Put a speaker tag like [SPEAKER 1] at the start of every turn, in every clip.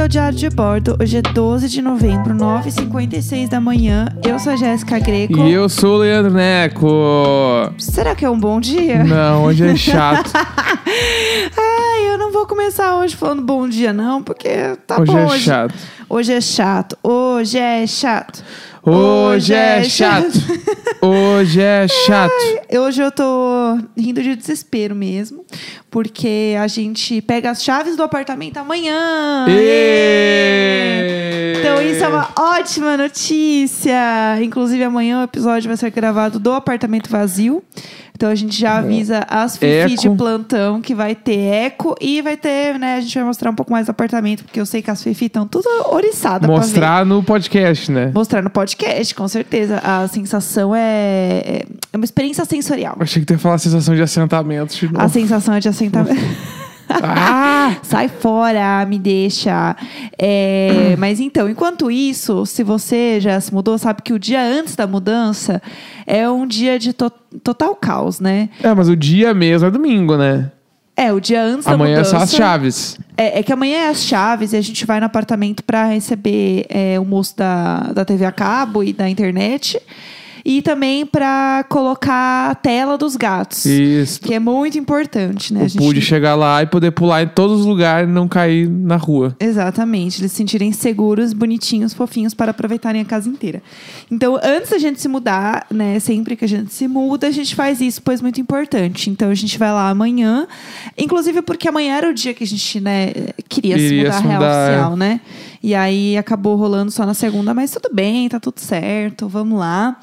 [SPEAKER 1] é o Diário de Bordo. Hoje é 12 de novembro, 9h56 da manhã. Eu sou a Jéssica Greco.
[SPEAKER 2] E eu sou o Leandro Neco.
[SPEAKER 1] Será que é um bom dia?
[SPEAKER 2] Não, hoje é chato.
[SPEAKER 1] Ai, eu não vou começar hoje falando bom dia, não, porque tá
[SPEAKER 2] Hoje
[SPEAKER 1] bom
[SPEAKER 2] é
[SPEAKER 1] hoje.
[SPEAKER 2] chato.
[SPEAKER 1] Hoje é chato. Hoje é chato.
[SPEAKER 2] Hoje é chato. Hoje é chato.
[SPEAKER 1] Eu- Hoje eu tô rindo de desespero mesmo, porque a gente pega as chaves do apartamento amanhã.
[SPEAKER 2] Ê!
[SPEAKER 1] Então isso é uma ótima notícia. Inclusive amanhã o episódio vai ser gravado do apartamento vazio. Então a gente já avisa as fifi de
[SPEAKER 2] Uhum. Eco.
[SPEAKER 1] plantão que vai ter eco e vai ter, né, a gente vai mostrar um pouco mais do apartamento, porque eu sei que as fifi estão tudo oriçada pra ver.
[SPEAKER 2] Mostrar no podcast, né?
[SPEAKER 1] Mostrar no podcast, com certeza. A sensação é. é- É uma experiência sensorial.
[SPEAKER 2] Achei que tu ia falar a sensação de assentamento de
[SPEAKER 1] A
[SPEAKER 2] novo.
[SPEAKER 1] sensação é de assentamento.
[SPEAKER 2] Ah!
[SPEAKER 1] Sai fora, me deixa. É, mas então, enquanto isso, se você já se mudou, sabe que o dia antes da mudança é um dia de to- total caos, né?
[SPEAKER 2] É, mas o dia mesmo é domingo, né?
[SPEAKER 1] É, o dia antes
[SPEAKER 2] Amanhã
[SPEAKER 1] da
[SPEAKER 2] é
[SPEAKER 1] mudança.
[SPEAKER 2] só as chaves.
[SPEAKER 1] É, é que amanhã é as chaves e a gente vai no apartamento pra receber é, o moço da, da TV a cabo e da internet. E também pra colocar a tela dos gatos.
[SPEAKER 2] Isso.
[SPEAKER 1] Que é muito importante, né? A
[SPEAKER 2] Eu
[SPEAKER 1] gente-
[SPEAKER 2] pude chegar lá e poder pular em todos os lugares e não cair na rua.
[SPEAKER 1] Exatamente, eles se sentirem seguros, bonitinhos, fofinhos para aproveitarem a casa inteira. Então, antes da gente se mudar, né, sempre que a gente se muda, a gente faz isso, pois é muito importante. Então, a gente vai lá amanhã, inclusive porque amanhã era o dia que a gente, né, queria se
[SPEAKER 2] Iria
[SPEAKER 1] mudar,
[SPEAKER 2] se
[SPEAKER 1] real
[SPEAKER 2] mudar, é.
[SPEAKER 1] oficial, né? E aí acabou rolando só na segunda, mas tudo bem, tá tudo certo, vamos lá.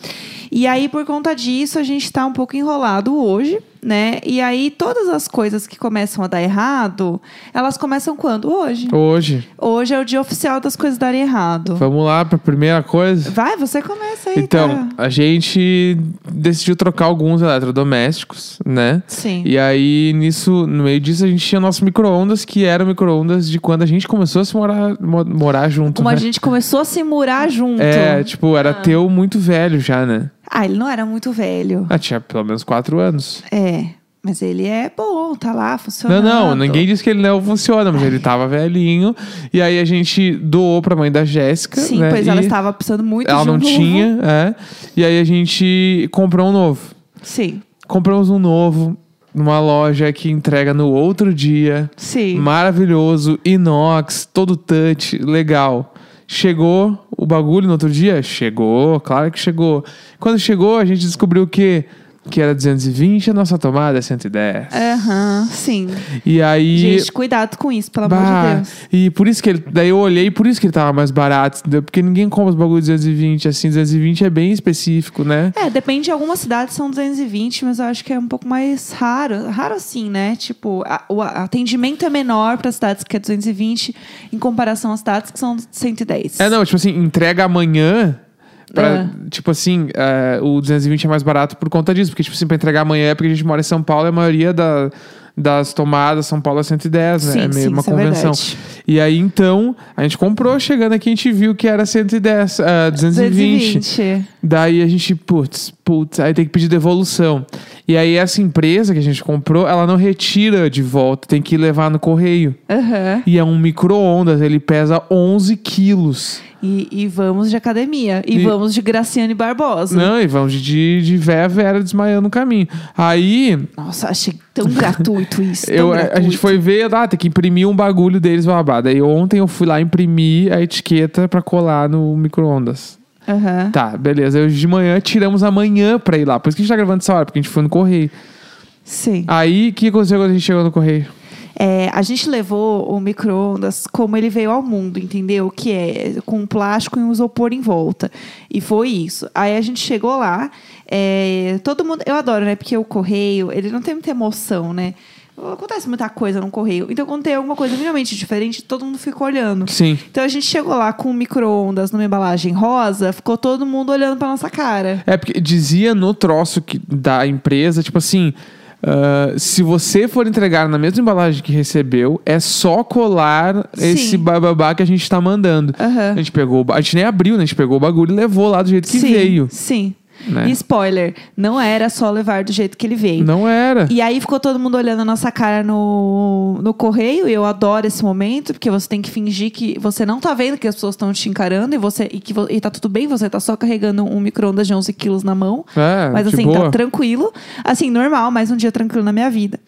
[SPEAKER 1] E aí, por conta disso, a gente tá um pouco enrolado hoje, né? E aí, todas as coisas que começam a dar errado, elas começam quando? Hoje.
[SPEAKER 2] Hoje,
[SPEAKER 1] Hoje é o dia oficial das coisas darem errado.
[SPEAKER 2] vamos lá pra primeira coisa.
[SPEAKER 1] Vai, você começa aí,
[SPEAKER 2] Então,
[SPEAKER 1] tá?
[SPEAKER 2] a gente decidiu trocar alguns eletrodomésticos, né?
[SPEAKER 1] Sim.
[SPEAKER 2] E aí, nisso, no meio disso, a gente tinha nosso micro-ondas, que era o micro-ondas de quando a gente começou a se morar, mo- morar junto,
[SPEAKER 1] Como a
[SPEAKER 2] né?
[SPEAKER 1] gente né? Ah. começou a se murar junto.
[SPEAKER 2] É, tipo, era teu muito velho já, né?
[SPEAKER 1] Ah, ele não era muito velho.
[SPEAKER 2] Ah, tinha pelo menos quatro anos.
[SPEAKER 1] É, mas ele é bom, tá lá,
[SPEAKER 2] Não,
[SPEAKER 1] funcionando.
[SPEAKER 2] não, ninguém disse que ele não funciona, mas ele tava velhinho. E aí a gente doou pra mãe da Jéssica.
[SPEAKER 1] Sim,
[SPEAKER 2] né?
[SPEAKER 1] pois ela
[SPEAKER 2] E
[SPEAKER 1] estava precisando muito
[SPEAKER 2] Ela
[SPEAKER 1] de um
[SPEAKER 2] não
[SPEAKER 1] novo.
[SPEAKER 2] tinha, é. E aí a gente comprou um novo.
[SPEAKER 1] Sim,
[SPEAKER 2] Compramos um novo numa loja que entrega no outro dia.
[SPEAKER 1] sim.
[SPEAKER 2] Maravilhoso, inox, todo touch, legal. Chegou o bagulho no outro dia? Chegou, claro que chegou. Quando chegou, a gente descobriu que que era 220, a nossa tomada é 110.
[SPEAKER 1] Aham, sim.
[SPEAKER 2] E aí
[SPEAKER 1] Gente, cuidado com isso, pelo amor de
[SPEAKER 2] Bah,
[SPEAKER 1] Deus.
[SPEAKER 2] E por isso que ele. Daí eu olhei, por isso que ele tava mais barato, entendeu? Porque ninguém compra os bagulhos 220, assim, 220 é bem específico, né?
[SPEAKER 1] É, depende de algumas cidades são 220, mas eu acho que é um pouco mais raro. Raro assim, né? Tipo, a- o a- atendimento é menor para cidades que é 220 em comparação às cidades que são 110.
[SPEAKER 2] É, não, tipo assim, entrega amanhã. Pra, Tipo assim, é, o 220 é mais barato por conta disso. Porque, tipo assim, pra entregar amanhã é porque a gente mora em São Paulo e a maioria da- das tomadas São Paulo é 110, né?
[SPEAKER 1] Sim,
[SPEAKER 2] é meio
[SPEAKER 1] sim,
[SPEAKER 2] uma
[SPEAKER 1] isso é
[SPEAKER 2] convenção.
[SPEAKER 1] verdade.
[SPEAKER 2] e aí, então, a gente comprou, chegando aqui, a gente viu que era 110, ah, 220.
[SPEAKER 1] 220.
[SPEAKER 2] Daí a gente, putz, putz, aí tem que pedir devolução. E aí essa empresa que a gente comprou, ela não retira de volta, tem que levar no correio.
[SPEAKER 1] Aham.
[SPEAKER 2] E é um micro-ondas, ele pesa 11 quilos.
[SPEAKER 1] E, e vamos de academia. E,
[SPEAKER 2] E-
[SPEAKER 1] vamos de Graciane Barbosa.
[SPEAKER 2] Não, e vamos de- de, de véia, véia desmaiando no caminho. Aí
[SPEAKER 1] Nossa, achei tão gratuito isso. tão
[SPEAKER 2] eu, a- a
[SPEAKER 1] gratuito.
[SPEAKER 2] gente foi ver, ah, tem que imprimir um bagulho deles, babado. Aí ontem eu fui lá imprimir a etiqueta pra colar no micro-ondas.
[SPEAKER 1] Aham.
[SPEAKER 2] Tá, beleza. Aí hoje de manhã tiramos amanhã pra ir lá. Por isso que a gente tá gravando essa hora, porque a gente foi no correio.
[SPEAKER 1] Sim.
[SPEAKER 2] Aí o que aconteceu quando a gente chegou no correio?
[SPEAKER 1] É, a gente levou o micro-ondas como ele veio ao mundo, entendeu? Que é com plástico e um isopor em volta. E foi isso. Aí a gente chegou lá, é, todo mundo. Eu adoro, né? Porque o correio, ele não tem muita emoção, né? Acontece muita coisa no correio. Então, quando tem alguma coisa minimamente diferente, todo mundo fica olhando.
[SPEAKER 2] Sim.
[SPEAKER 1] Então, a gente chegou lá com o micro-ondas numa embalagem rosa, ficou todo mundo olhando pra nossa cara.
[SPEAKER 2] É porque dizia no troço que, da empresa, tipo assim. ah, se você for entregar na mesma embalagem que recebeu, é só colar
[SPEAKER 1] Sim. É.
[SPEAKER 2] esse bababá que a gente tá mandando.
[SPEAKER 1] Aham.
[SPEAKER 2] A gente pegou, o ba- a gente nem abriu, né? A gente pegou o bagulho e levou lá do jeito que
[SPEAKER 1] sim,
[SPEAKER 2] veio.
[SPEAKER 1] Sim.
[SPEAKER 2] Né?
[SPEAKER 1] E spoiler, não era só levar do jeito que ele veio.
[SPEAKER 2] Não era.
[SPEAKER 1] E aí ficou todo mundo olhando a nossa cara no, no correio, e eu adoro esse momento, porque você tem que fingir que você não tá vendo que as pessoas estão te encarando e você e que vo- e tá tudo bem, você tá só carregando um micro-ondas de 11 quilos na mão.
[SPEAKER 2] É,
[SPEAKER 1] mas
[SPEAKER 2] de
[SPEAKER 1] assim,
[SPEAKER 2] boa.
[SPEAKER 1] tá tranquilo. Assim, normal, mais um dia tranquilo na minha vida.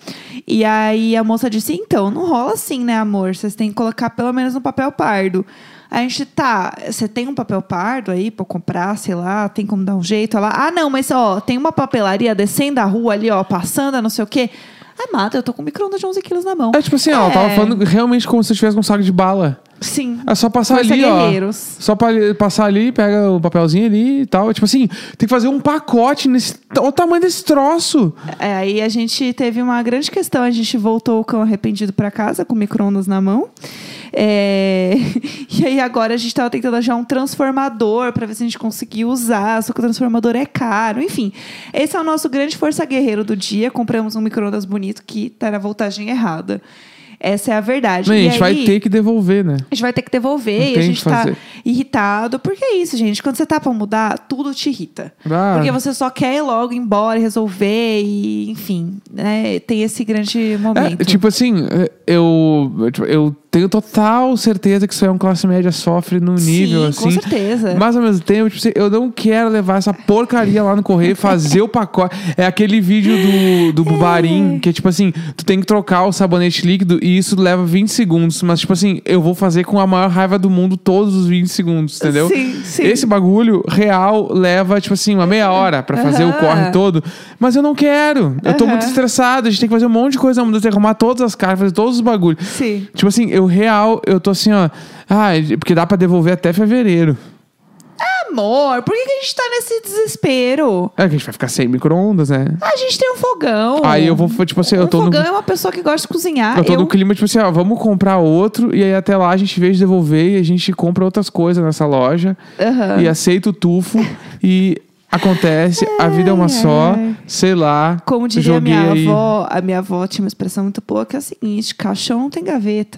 [SPEAKER 1] E aí a moça disse: então, não rola assim, né, amor? Vocês têm que colocar pelo menos um papel pardo. A gente tá, você tem um papel pardo aí pra eu comprar, sei lá, tem como dar um jeito? Ela, ah, não, mas ó, tem uma papelaria descendo a rua ali, ó, passando, não sei o quê. Amada, eu tô com um micro-ondas de 11 quilos na mão.
[SPEAKER 2] É tipo assim, ó, ela tava falando realmente como se eu tivesse com um saco de bala.
[SPEAKER 1] Sim.
[SPEAKER 2] É só passar
[SPEAKER 1] Força
[SPEAKER 2] ali, ó.
[SPEAKER 1] Guerreiros.
[SPEAKER 2] Só pa- passar ali, pega o papelzinho ali e tal. Tipo assim, tem que fazer um pacote nesse. Olha o tamanho desse troço.
[SPEAKER 1] É, aí a gente teve uma grande questão. A gente voltou o cão arrependido pra casa com o micro-ondas na mão. É, E aí agora a gente tava tentando achar um transformador pra ver se a gente conseguia usar. Só que o transformador é caro. Enfim, esse é o nosso grande força guerreiro do dia. Compramos um micro-ondas bonito que tá na voltagem errada. Essa é a verdade.
[SPEAKER 2] Não, e
[SPEAKER 1] E
[SPEAKER 2] a gente vai
[SPEAKER 1] aí-
[SPEAKER 2] ter que devolver, né?
[SPEAKER 1] a gente vai ter que devolver
[SPEAKER 2] Não
[SPEAKER 1] e
[SPEAKER 2] tem
[SPEAKER 1] a
[SPEAKER 2] o que
[SPEAKER 1] gente
[SPEAKER 2] fazer.
[SPEAKER 1] tá irritado. Porque é isso, gente. Quando você tá pra mudar, tudo te irrita.
[SPEAKER 2] Ah.
[SPEAKER 1] Porque você só quer ir logo embora, e resolver e, enfim, né? Tem esse grande momento.
[SPEAKER 2] É, tipo assim, é, eu, tipo, eu tenho total certeza que isso é um classe média sofre num nível
[SPEAKER 1] Sim, com
[SPEAKER 2] assim.
[SPEAKER 1] certeza.
[SPEAKER 2] Mas ao mesmo tempo, tipo, assim, eu não quero levar essa porcaria lá no correio e fazer o pacote. É aquele vídeo do, do Bubarim, que é tipo assim, tu tem que trocar o sabonete líquido e isso leva 20 segundos. Mas, tipo assim, eu vou fazer com a maior raiva do mundo todos os 20 segundos, entendeu?
[SPEAKER 1] Sim, sim.
[SPEAKER 2] Esse bagulho real leva, tipo assim, uma meia hora pra fazer o
[SPEAKER 1] Aham.
[SPEAKER 2] corre todo. Mas eu não quero. Eu tô
[SPEAKER 1] Aham.
[SPEAKER 2] muito estressado, a gente tem que fazer um monte de coisa, tem que arrumar todas as caras, fazer todos os bagulhos.
[SPEAKER 1] Sim.
[SPEAKER 2] Tipo assim, eu real, eu tô assim, ó. Ah, porque dá pra devolver até fevereiro.
[SPEAKER 1] Amor, por que, que a gente tá nesse desespero?
[SPEAKER 2] É que a gente vai ficar sem micro-ondas, né?
[SPEAKER 1] A gente tem um fogão.
[SPEAKER 2] Aí eu vou, tipo assim,
[SPEAKER 1] um
[SPEAKER 2] eu tô no.
[SPEAKER 1] fogão é uma pessoa que gosta de cozinhar.
[SPEAKER 2] Eu tô no clima, tipo assim, ó, vamos comprar outro, e aí até lá a gente vê de devolver e a gente compra outras coisas nessa loja.
[SPEAKER 1] Aham.
[SPEAKER 2] E aceita o tufo e acontece, a vida é uma
[SPEAKER 1] Ai,
[SPEAKER 2] só,
[SPEAKER 1] ai.
[SPEAKER 2] sei lá.
[SPEAKER 1] Como diria a
[SPEAKER 2] joguei
[SPEAKER 1] minha
[SPEAKER 2] aí.
[SPEAKER 1] avó, a minha avó tinha uma expressão muito boa que é a seguinte: caixão não tem gaveta.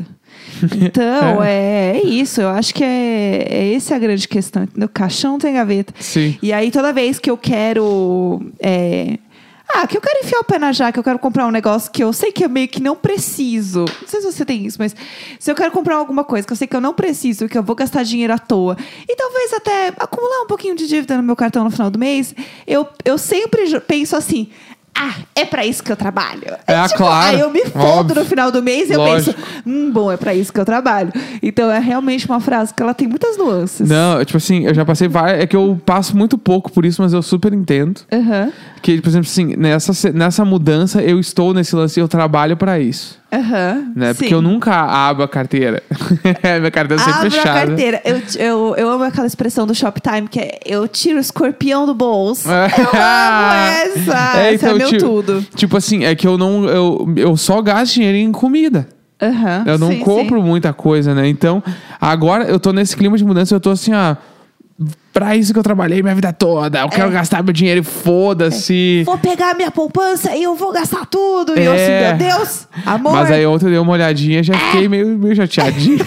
[SPEAKER 1] Então, é, é isso. Eu acho que é, é essa a grande questão. Entendeu? Caixão não tem gaveta.
[SPEAKER 2] Sim.
[SPEAKER 1] E aí, toda vez que eu quero. é, ah, que eu quero enfiar o pé na jaca, eu quero comprar um negócio que eu sei que eu meio que não preciso. Não sei se você tem isso, mas se eu quero comprar alguma coisa que eu sei que eu não preciso, que eu vou gastar dinheiro à toa, e talvez até acumular um pouquinho de dívida no meu cartão no final do mês, eu, eu sempre ju- penso assim. Ah, é pra isso que eu trabalho.
[SPEAKER 2] É, claro.
[SPEAKER 1] Aí eu me fodo
[SPEAKER 2] Óbvio.
[SPEAKER 1] no final do mês e eu
[SPEAKER 2] Lógico.
[SPEAKER 1] penso, hum, bom, é pra isso que eu trabalho. Então é realmente uma frase que ela tem muitas nuances.
[SPEAKER 2] Não, tipo assim, eu já passei várias. É que eu passo muito pouco por isso, mas eu super entendo.
[SPEAKER 1] Aham,
[SPEAKER 2] Que, por exemplo, assim, nessa, se- nessa mudança eu estou nesse lance, eu trabalho pra isso.
[SPEAKER 1] aham.
[SPEAKER 2] Né?
[SPEAKER 1] sim.
[SPEAKER 2] Porque eu nunca abro a carteira. Minha carteira é sempre
[SPEAKER 1] Abro
[SPEAKER 2] fechada.
[SPEAKER 1] a carteira. Eu, eu, eu amo aquela expressão do Shoptime, que é eu tiro o escorpião do bolso.
[SPEAKER 2] É.
[SPEAKER 1] Eu amo essa. essa
[SPEAKER 2] É,
[SPEAKER 1] é
[SPEAKER 2] então,
[SPEAKER 1] meu
[SPEAKER 2] tipo,
[SPEAKER 1] tudo.
[SPEAKER 2] Tipo assim, é que eu não. Eu, eu só gasto dinheiro em comida.
[SPEAKER 1] Aham.
[SPEAKER 2] Eu não
[SPEAKER 1] Sim,
[SPEAKER 2] compro
[SPEAKER 1] sim.
[SPEAKER 2] muita coisa, né? Então, agora eu tô nesse clima de mudança, eu tô assim, ó. Pra isso que eu trabalhei minha vida toda. Eu
[SPEAKER 1] É.
[SPEAKER 2] quero gastar meu dinheiro e foda-se.
[SPEAKER 1] Vou pegar minha poupança e eu vou gastar tudo. E eu assim,
[SPEAKER 2] É.
[SPEAKER 1] meu Deus, amor. É.
[SPEAKER 2] Mas aí ontem eu dei uma olhadinha e já fiquei meio, meio chateadinho.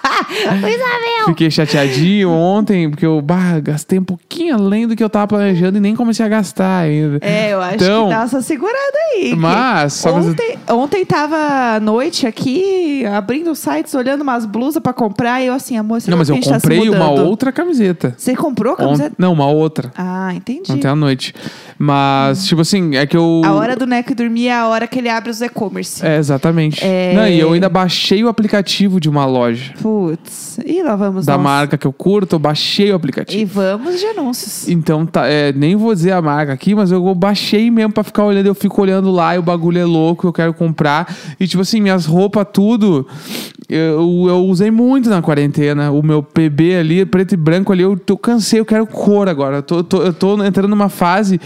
[SPEAKER 1] é,
[SPEAKER 2] Fiquei chateadinho ontem, porque eu bah, gastei um pouquinho além do que eu tava planejando e nem comecei a gastar ainda.
[SPEAKER 1] É, eu acho
[SPEAKER 2] então,
[SPEAKER 1] que dá essa segurada aí. que
[SPEAKER 2] Mas, só que-
[SPEAKER 1] ontem, ontem tava à noite aqui, abrindo os sites, olhando umas blusas pra comprar. E eu assim, amor, você
[SPEAKER 2] Não, mas eu comprei uma outra camiseta.
[SPEAKER 1] Você comprou a camiseta?
[SPEAKER 2] Ont- Não, uma outra.
[SPEAKER 1] Ah, entendi.
[SPEAKER 2] Ontem à noite. Mas, tipo assim, é que eu.
[SPEAKER 1] Hum. A hora do Neco dormir é a hora que ele abre os e-commerce.
[SPEAKER 2] É, exatamente.
[SPEAKER 1] É.
[SPEAKER 2] Não, e eu ainda baixei o aplicativo de uma loja
[SPEAKER 1] Putz. E lá vamos
[SPEAKER 2] da
[SPEAKER 1] nós.
[SPEAKER 2] marca que eu curto, eu baixei o aplicativo.
[SPEAKER 1] E vamos de anúncios.
[SPEAKER 2] Então, tá, é, nem vou dizer a marca aqui, mas eu baixei mesmo pra ficar olhando. Eu fico olhando lá e o bagulho é louco, eu quero comprar. E, tipo assim, minhas roupas, tudo, eu, eu usei muito na quarentena. O meu PB ali, preto e branco ali, eu, tô- eu cansei, eu quero cor agora. Eu tô, eu tô- eu tô entrando numa fase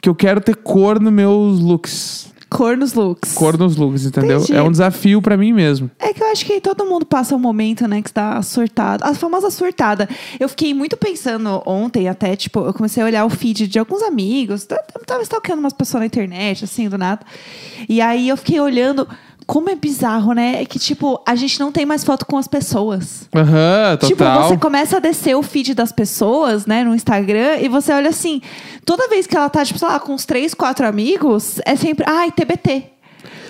[SPEAKER 2] que eu quero ter cor nos meus looks.
[SPEAKER 1] Cor nos looks.
[SPEAKER 2] Cor nos looks, entendeu?
[SPEAKER 1] Entendi.
[SPEAKER 2] É um desafio pra mim mesmo.
[SPEAKER 1] É que eu acho que todo mundo passa um momento, né, que está surtado. A famosa surtada. Eu fiquei muito pensando ontem, até, tipo, eu comecei a olhar o feed de alguns amigos. t- t- Tava stalkeando umas pessoas na internet, assim, do nada. E aí eu fiquei olhando Como é bizarro, né? É que, tipo, a gente não tem mais foto com as pessoas.
[SPEAKER 2] Aham, total.
[SPEAKER 1] Tipo, você começa a descer o feed das pessoas, né, no Instagram, e você olha assim, toda vez que ela tá, tipo, sei lá, com uns três, quatro amigos, é sempre, ai, TBT.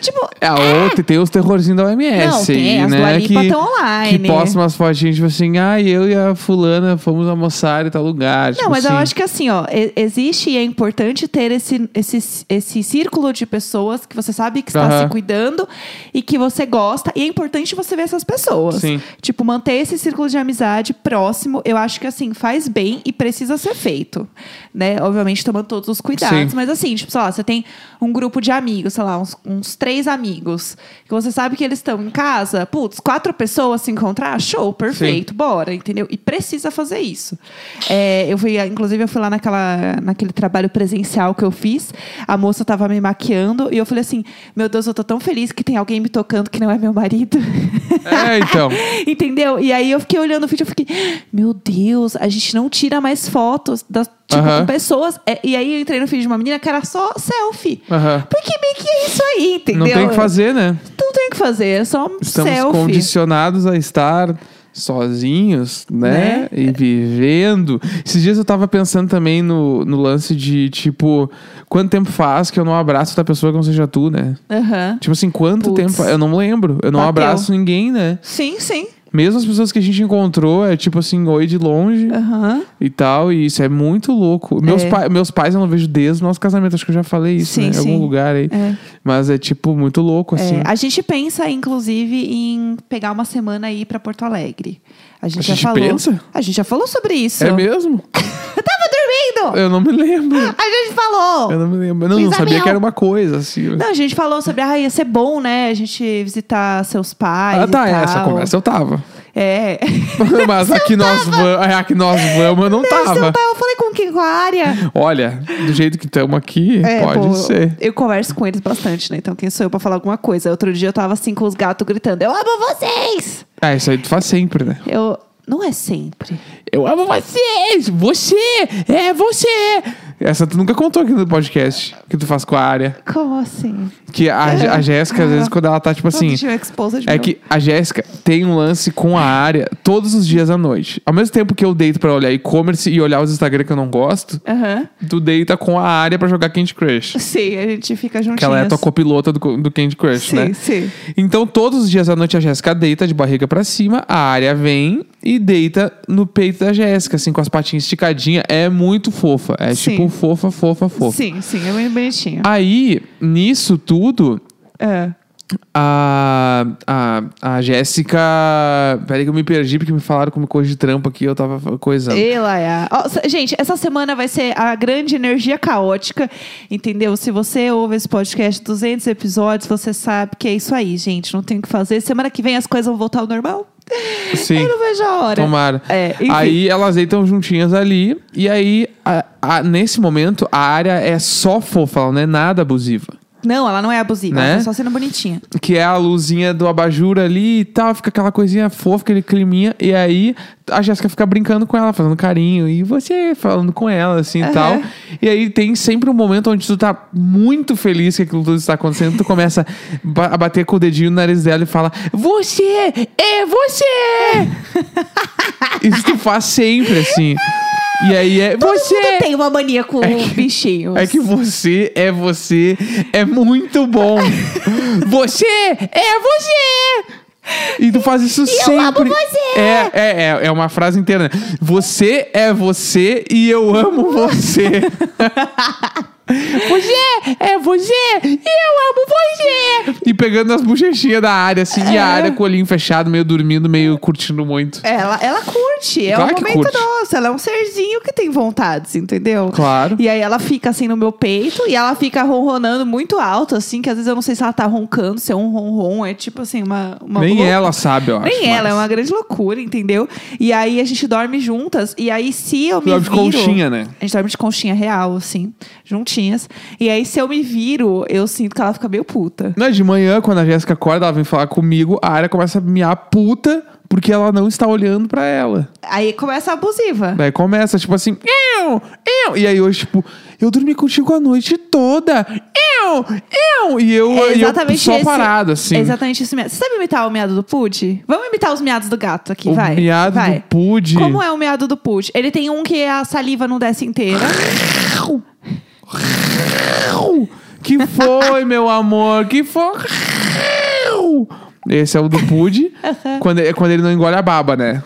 [SPEAKER 1] Tipo,
[SPEAKER 2] É, ou tem os terrorzinhos da OMS,
[SPEAKER 1] Não, tem,
[SPEAKER 2] aí,
[SPEAKER 1] as Dua
[SPEAKER 2] né?
[SPEAKER 1] Lipa tão online.
[SPEAKER 2] Que postam umas fotinhas, tipo assim, ah, eu e a fulana fomos almoçar em tal lugar. tipo
[SPEAKER 1] Não, mas eu acho que assim, ó, e- existe e é importante ter esse, esse, esse círculo de pessoas que você sabe que está
[SPEAKER 2] Aham.
[SPEAKER 1] se cuidando e que você gosta. E é importante você ver essas pessoas.
[SPEAKER 2] Sim.
[SPEAKER 1] Tipo, manter esse círculo de amizade próximo, eu acho que assim, faz bem e precisa ser feito. Né? Obviamente, tomando todos os cuidados.
[SPEAKER 2] Sim.
[SPEAKER 1] Mas assim, tipo, sei lá, você tem um grupo de amigos, sei lá, uns, uns três amigos. Que você sabe que eles estão em casa, putz, quatro pessoas se encontrar, show, perfeito jeito, bora, entendeu? E precisa fazer isso. É, eu fui, inclusive, eu fui lá naquela, naquele trabalho presencial que eu fiz. A moça tava me maquiando e eu falei assim: Meu Deus, eu tô tão feliz que tem alguém me tocando que não é meu marido.
[SPEAKER 2] É, então.
[SPEAKER 1] Entendeu? E aí eu fiquei olhando o vídeo, eu fiquei, meu Deus, a gente não tira mais fotos das tipo,
[SPEAKER 2] Aham.
[SPEAKER 1] com pessoas. É, e aí eu entrei no feed de uma menina que era só selfie.
[SPEAKER 2] Aham.
[SPEAKER 1] Porque meio que é isso aí, entendeu?
[SPEAKER 2] Não tem o que fazer, né?
[SPEAKER 1] Não tem o que fazer, é só um
[SPEAKER 2] Estamos
[SPEAKER 1] selfie.
[SPEAKER 2] condicionados a estar sozinhos,
[SPEAKER 1] Né?
[SPEAKER 2] né? E vivendo. Esses dias eu tava pensando também no, no lance de, tipo, quanto tempo faz que eu não abraço outra pessoa que não seja tu, né?
[SPEAKER 1] Aham.
[SPEAKER 2] Tipo assim, quanto
[SPEAKER 1] Putz.
[SPEAKER 2] tempo? Eu não lembro. Eu não
[SPEAKER 1] Bateu.
[SPEAKER 2] abraço ninguém, né?
[SPEAKER 1] Sim, sim.
[SPEAKER 2] Mesmo as pessoas que a gente encontrou, é tipo assim, oi de longe
[SPEAKER 1] Aham.
[SPEAKER 2] e tal. E isso é muito louco. Meus,
[SPEAKER 1] É.
[SPEAKER 2] pai- meus pais eu não vejo desde o nosso casamento. Acho que eu já falei isso
[SPEAKER 1] Sim,
[SPEAKER 2] né? em algum
[SPEAKER 1] sim.
[SPEAKER 2] lugar aí.
[SPEAKER 1] É.
[SPEAKER 2] Mas é tipo muito louco, assim.
[SPEAKER 1] É, a gente pensa, inclusive, em pegar uma semana aí pra Porto Alegre. A gente,
[SPEAKER 2] A
[SPEAKER 1] já
[SPEAKER 2] gente
[SPEAKER 1] falou.
[SPEAKER 2] pensa?
[SPEAKER 1] A gente já falou sobre isso.
[SPEAKER 2] É mesmo?
[SPEAKER 1] Tava dormindo!
[SPEAKER 2] Eu não me lembro.
[SPEAKER 1] A gente falou!
[SPEAKER 2] Eu não me lembro. Não, não
[SPEAKER 1] Luiz
[SPEAKER 2] sabia
[SPEAKER 1] Amel.
[SPEAKER 2] que era uma coisa, assim.
[SPEAKER 1] Não, a gente falou sobre, ah, ia ser bom, né? A gente visitar seus pais.
[SPEAKER 2] ah, tá,
[SPEAKER 1] e tal.
[SPEAKER 2] essa conversa eu tava.
[SPEAKER 1] É.
[SPEAKER 2] Mas aqui nós, vamos, é, a que nós vamos, eu não
[SPEAKER 1] Não,
[SPEAKER 2] tava.
[SPEAKER 1] você não tá, eu falei com quem? Com a área.
[SPEAKER 2] Olha, do jeito que estamos aqui,
[SPEAKER 1] É,
[SPEAKER 2] pode
[SPEAKER 1] pô,
[SPEAKER 2] ser.
[SPEAKER 1] Eu converso com eles bastante, né? Então, quem sou eu pra falar alguma coisa? Outro dia eu tava assim com os gatos gritando: Eu amo vocês!
[SPEAKER 2] Ah, isso aí tu faz sempre, né?
[SPEAKER 1] Eu. Não é sempre.
[SPEAKER 2] Eu amo vocês! Você! É você! Essa tu nunca contou aqui no podcast que tu faz com a área.
[SPEAKER 1] Como assim?
[SPEAKER 2] Que a, a Jéssica, às vezes, quando ela tá, tipo assim.
[SPEAKER 1] Nossa, tinha exposed
[SPEAKER 2] É
[SPEAKER 1] meu.
[SPEAKER 2] que a Jéssica tem um lance com a área todos os dias à noite. Ao mesmo tempo que eu deito pra olhar e-commerce e olhar os Instagram que eu não gosto,
[SPEAKER 1] Aham.
[SPEAKER 2] tu deita com a área pra jogar Candy Crush.
[SPEAKER 1] Sim, a gente fica juntinhas.
[SPEAKER 2] Que ela é a tua copilota do, co- do Candy Crush,
[SPEAKER 1] Sim,
[SPEAKER 2] né?
[SPEAKER 1] sim.
[SPEAKER 2] Então, todos os dias à noite, a Jéssica deita de barriga pra cima, a área vem e deita no peito da Jéssica, assim, com as patinhas esticadinhas. É muito fofa. É
[SPEAKER 1] Sim.
[SPEAKER 2] tipo fofa, fofa, fofa.
[SPEAKER 1] Sim, sim, é muito bonitinho.
[SPEAKER 2] Aí, nisso tudo,
[SPEAKER 1] É.
[SPEAKER 2] a, a, a Jéssica. Peraí que eu me perdi porque me falaram como coisa de trampo aqui, eu tava coisando.
[SPEAKER 1] E lá é. Ó, s- gente, essa semana vai ser a grande energia caótica, entendeu? Se você ouve esse podcast 200 episódios, você sabe que é isso aí, gente. Não tem o que fazer. Semana que vem as coisas vão voltar ao normal.
[SPEAKER 2] Sim.
[SPEAKER 1] Eu não vejo a hora.
[SPEAKER 2] Tomara.
[SPEAKER 1] É, enfim.
[SPEAKER 2] aí elas deitam juntinhas ali. E aí, a- a- nesse momento, a área é só fofa, ela não é nada abusiva.
[SPEAKER 1] Não, ela não é abusiva,
[SPEAKER 2] Né?
[SPEAKER 1] ela tá só sendo bonitinha.
[SPEAKER 2] Que é a luzinha do abajur ali e tal, fica aquela coisinha fofa, aquele climinha. E aí a Jéssica fica brincando com ela, fazendo carinho, e você falando com ela, assim e
[SPEAKER 1] Aham.
[SPEAKER 2] tal. E aí tem sempre um momento onde tu tá muito feliz que aquilo tudo está acontecendo, tu começa ba- a bater com o dedinho no nariz dela e fala: Você! É você! Isso tu faz sempre, assim. E aí é.
[SPEAKER 1] Todo
[SPEAKER 2] Você!
[SPEAKER 1] mundo tem uma mania com bichinhos.
[SPEAKER 2] É que você é você, é muito bom. você é você! E tu faz isso sempre.
[SPEAKER 1] amo você!
[SPEAKER 2] É, é, é, é uma frase inteira. né? Você é você e eu amo você. você é você e eu amo você! E pegando as bochechinhas da área, assim,
[SPEAKER 1] É.
[SPEAKER 2] e a área com o olhinho fechado, meio dormindo, meio curtindo muito.
[SPEAKER 1] Ela, ela curte, é
[SPEAKER 2] Claro
[SPEAKER 1] um
[SPEAKER 2] que
[SPEAKER 1] momento
[SPEAKER 2] curte.
[SPEAKER 1] nosso. Ela é um serzinho que tem vontades, entendeu?
[SPEAKER 2] Claro.
[SPEAKER 1] E aí ela fica assim no meu peito e ela fica ronronando muito alto, assim, que às vezes eu não sei se ela tá roncando, se é um ronron, é tipo assim, uma. uma
[SPEAKER 2] Nem
[SPEAKER 1] lou-
[SPEAKER 2] ela sabe, ó.
[SPEAKER 1] Nem ela, é uma grande loucura, entendeu? E aí a gente dorme juntas. E aí, se eu me
[SPEAKER 2] Dorme de
[SPEAKER 1] viro.
[SPEAKER 2] conchinha, né?
[SPEAKER 1] A gente dorme de conchinha real, assim, juntinhas. E aí, se eu me viro, eu sinto que ela fica meio puta.
[SPEAKER 2] Não, de manhã, quando a Jéssica acorda, ela vem falar comigo, a área começa a miar puta porque ela não está olhando pra ela.
[SPEAKER 1] Aí começa a abusiva.
[SPEAKER 2] Daí começa, tipo assim, eu, eu. E aí hoje, tipo, eu dormi contigo a noite toda. Eu, eu, eu! E eu,
[SPEAKER 1] É
[SPEAKER 2] e eu
[SPEAKER 1] exatamente
[SPEAKER 2] só
[SPEAKER 1] esse-
[SPEAKER 2] parado, assim.
[SPEAKER 1] É exatamente esse miado. Você sabe imitar o miado do Pud? Vamos imitar os miados do gato aqui,
[SPEAKER 2] o
[SPEAKER 1] vai.
[SPEAKER 2] miado
[SPEAKER 1] vai.
[SPEAKER 2] do Pud.
[SPEAKER 1] Como é o miado do Pud? Ele tem um que a saliva não desce inteira.
[SPEAKER 2] Que foi, meu amor? Que foi? Esse é o do Pud. quando, é quando ele não engole a baba, né?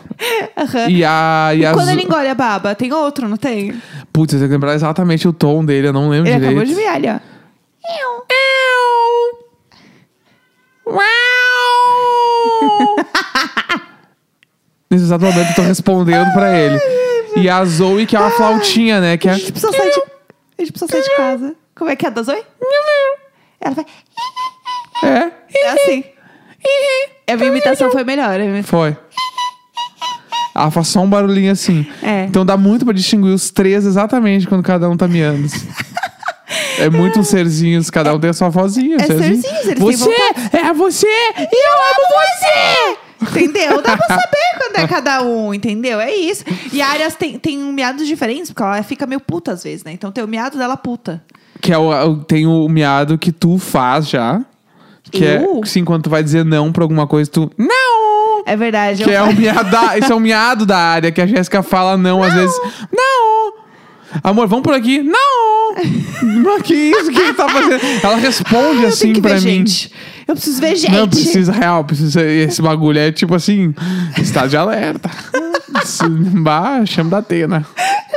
[SPEAKER 1] Aham.
[SPEAKER 2] E a. E as...
[SPEAKER 1] Quando ele engole a baba, tem outro, não tem?
[SPEAKER 2] Putz, eu tenho que lembrar exatamente o tom dele, eu não lembro
[SPEAKER 1] Ele
[SPEAKER 2] direito.
[SPEAKER 1] acabou de miar ali, ó. Eu.
[SPEAKER 2] Uau! Nesse exato momento eu tô respondendo pra ele. E a Zoe, que é uma flautinha, né? Que é...
[SPEAKER 1] A gente precisa sair de, a gente precisa sair de casa. Como é que é da Zoe? Ela vai...
[SPEAKER 2] É,
[SPEAKER 1] É assim. A minha imitação foi melhor. a minha-
[SPEAKER 2] foi. Ah, faz só um barulhinho assim.
[SPEAKER 1] É.
[SPEAKER 2] Então dá muito pra distinguir os três exatamente quando cada um tá miando. É muito uns serzinhos, cada um tem a sua vozinha.
[SPEAKER 1] É
[SPEAKER 2] serzinho.
[SPEAKER 1] serzinhos, eles têm
[SPEAKER 2] Você, é você, e eu amo você!
[SPEAKER 1] Entendeu? Dá pra saber quando é cada um, entendeu? É isso. E a Arias tem, tem um miados diferentes, porque ela fica meio puta às vezes, né? Então tem o miado dela puta.
[SPEAKER 2] Que é o, o- tem o miado que tu faz já. Que
[SPEAKER 1] Eu?
[SPEAKER 2] é, sim, quando tu vai dizer não pra alguma coisa, tu. Não!
[SPEAKER 1] É verdade.
[SPEAKER 2] Que
[SPEAKER 1] eu-
[SPEAKER 2] é o miado da, esse é o miado da área, que a Jéssica fala não, às vezes. Não! Amor, vamos por aqui? Não! Mas que isso que ele tá fazendo? Ela
[SPEAKER 1] Ah,
[SPEAKER 2] responde
[SPEAKER 1] eu
[SPEAKER 2] assim
[SPEAKER 1] tenho que
[SPEAKER 2] pra
[SPEAKER 1] ver
[SPEAKER 2] mim.
[SPEAKER 1] gente. Eu preciso ver gente.
[SPEAKER 2] Não, precisa, real, precisa. Esse bagulho é tipo assim, estado de alerta. Se- bah, chama da Atena.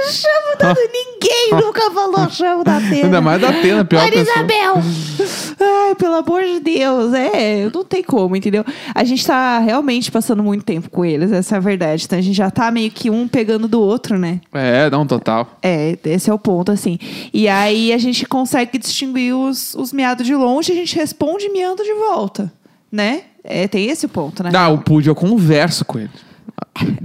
[SPEAKER 1] Chamo da... Ninguém nunca falou chamo da Atena.
[SPEAKER 2] Ah. Ainda mais da Atena, pior
[SPEAKER 1] Maria
[SPEAKER 2] pessoa.
[SPEAKER 1] Isabel! Ai, pelo amor de Deus. É, não tem como, entendeu? A gente tá realmente passando muito tempo com eles, essa é a verdade. Então a gente já tá meio que um pegando do outro, né?
[SPEAKER 2] É, não, total.
[SPEAKER 1] É, esse é o ponto, assim. E aí a gente consegue distinguir os, os miados de longe, a gente responde miando de volta, né? É, tem esse ponto, né?
[SPEAKER 2] Não, Ah, o Pud, eu converso com ele.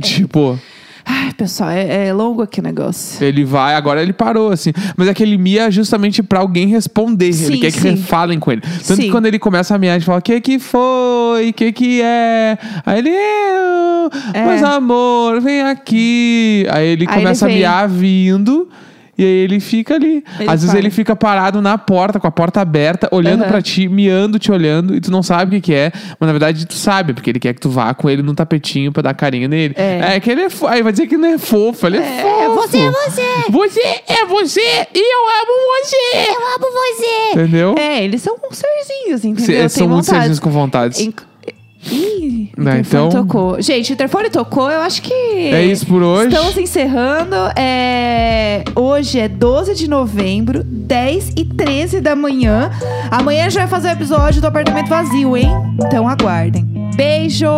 [SPEAKER 2] Tipo,
[SPEAKER 1] Ai, pessoal, é, é longo aqui o negócio.
[SPEAKER 2] ele vai, agora ele parou, assim. Mas é que ele mia justamente pra alguém responder.
[SPEAKER 1] Sim,
[SPEAKER 2] ele quer
[SPEAKER 1] sim.
[SPEAKER 2] que falem com ele. Tanto
[SPEAKER 1] Sim.
[SPEAKER 2] que quando ele começa a miar, a gente fala: que que foi? que que é? Aí ele. Eu,
[SPEAKER 1] É.
[SPEAKER 2] Mas amor, vem aqui. Aí ele
[SPEAKER 1] Aí
[SPEAKER 2] começa
[SPEAKER 1] ele
[SPEAKER 2] a miar vindo. E aí ele fica ali.
[SPEAKER 1] Ele
[SPEAKER 2] Às vezes
[SPEAKER 1] para.
[SPEAKER 2] ele fica parado na porta, com a porta aberta, olhando
[SPEAKER 1] Aham.
[SPEAKER 2] pra ti, miando, te olhando, e tu não sabe o que, que é, mas na verdade tu sabe, porque ele quer que tu vá com ele num tapetinho pra dar carinho nele.
[SPEAKER 1] É.
[SPEAKER 2] que ele é fofo. Aí vai dizer que não é fofo, ele é, fofo.
[SPEAKER 1] você é você!
[SPEAKER 2] Você é você e eu amo você! Eu amo você! Entendeu?
[SPEAKER 1] É, eles são uns serzinhos, entendeu?
[SPEAKER 2] Cê-
[SPEAKER 1] Tem
[SPEAKER 2] são muito
[SPEAKER 1] vontade.
[SPEAKER 2] serzinhos com vontade.
[SPEAKER 1] Inc- Ih, o
[SPEAKER 2] Né,
[SPEAKER 1] interfone
[SPEAKER 2] então-
[SPEAKER 1] tocou. Gente, o interfone tocou, eu acho que.
[SPEAKER 2] É isso por hoje.
[SPEAKER 1] Estamos encerrando. É, Hoje é 12 de novembro, 10 e 13 da manhã. Amanhã a gente vai fazer o episódio do apartamento vazio, hein? Então aguardem. Beijo!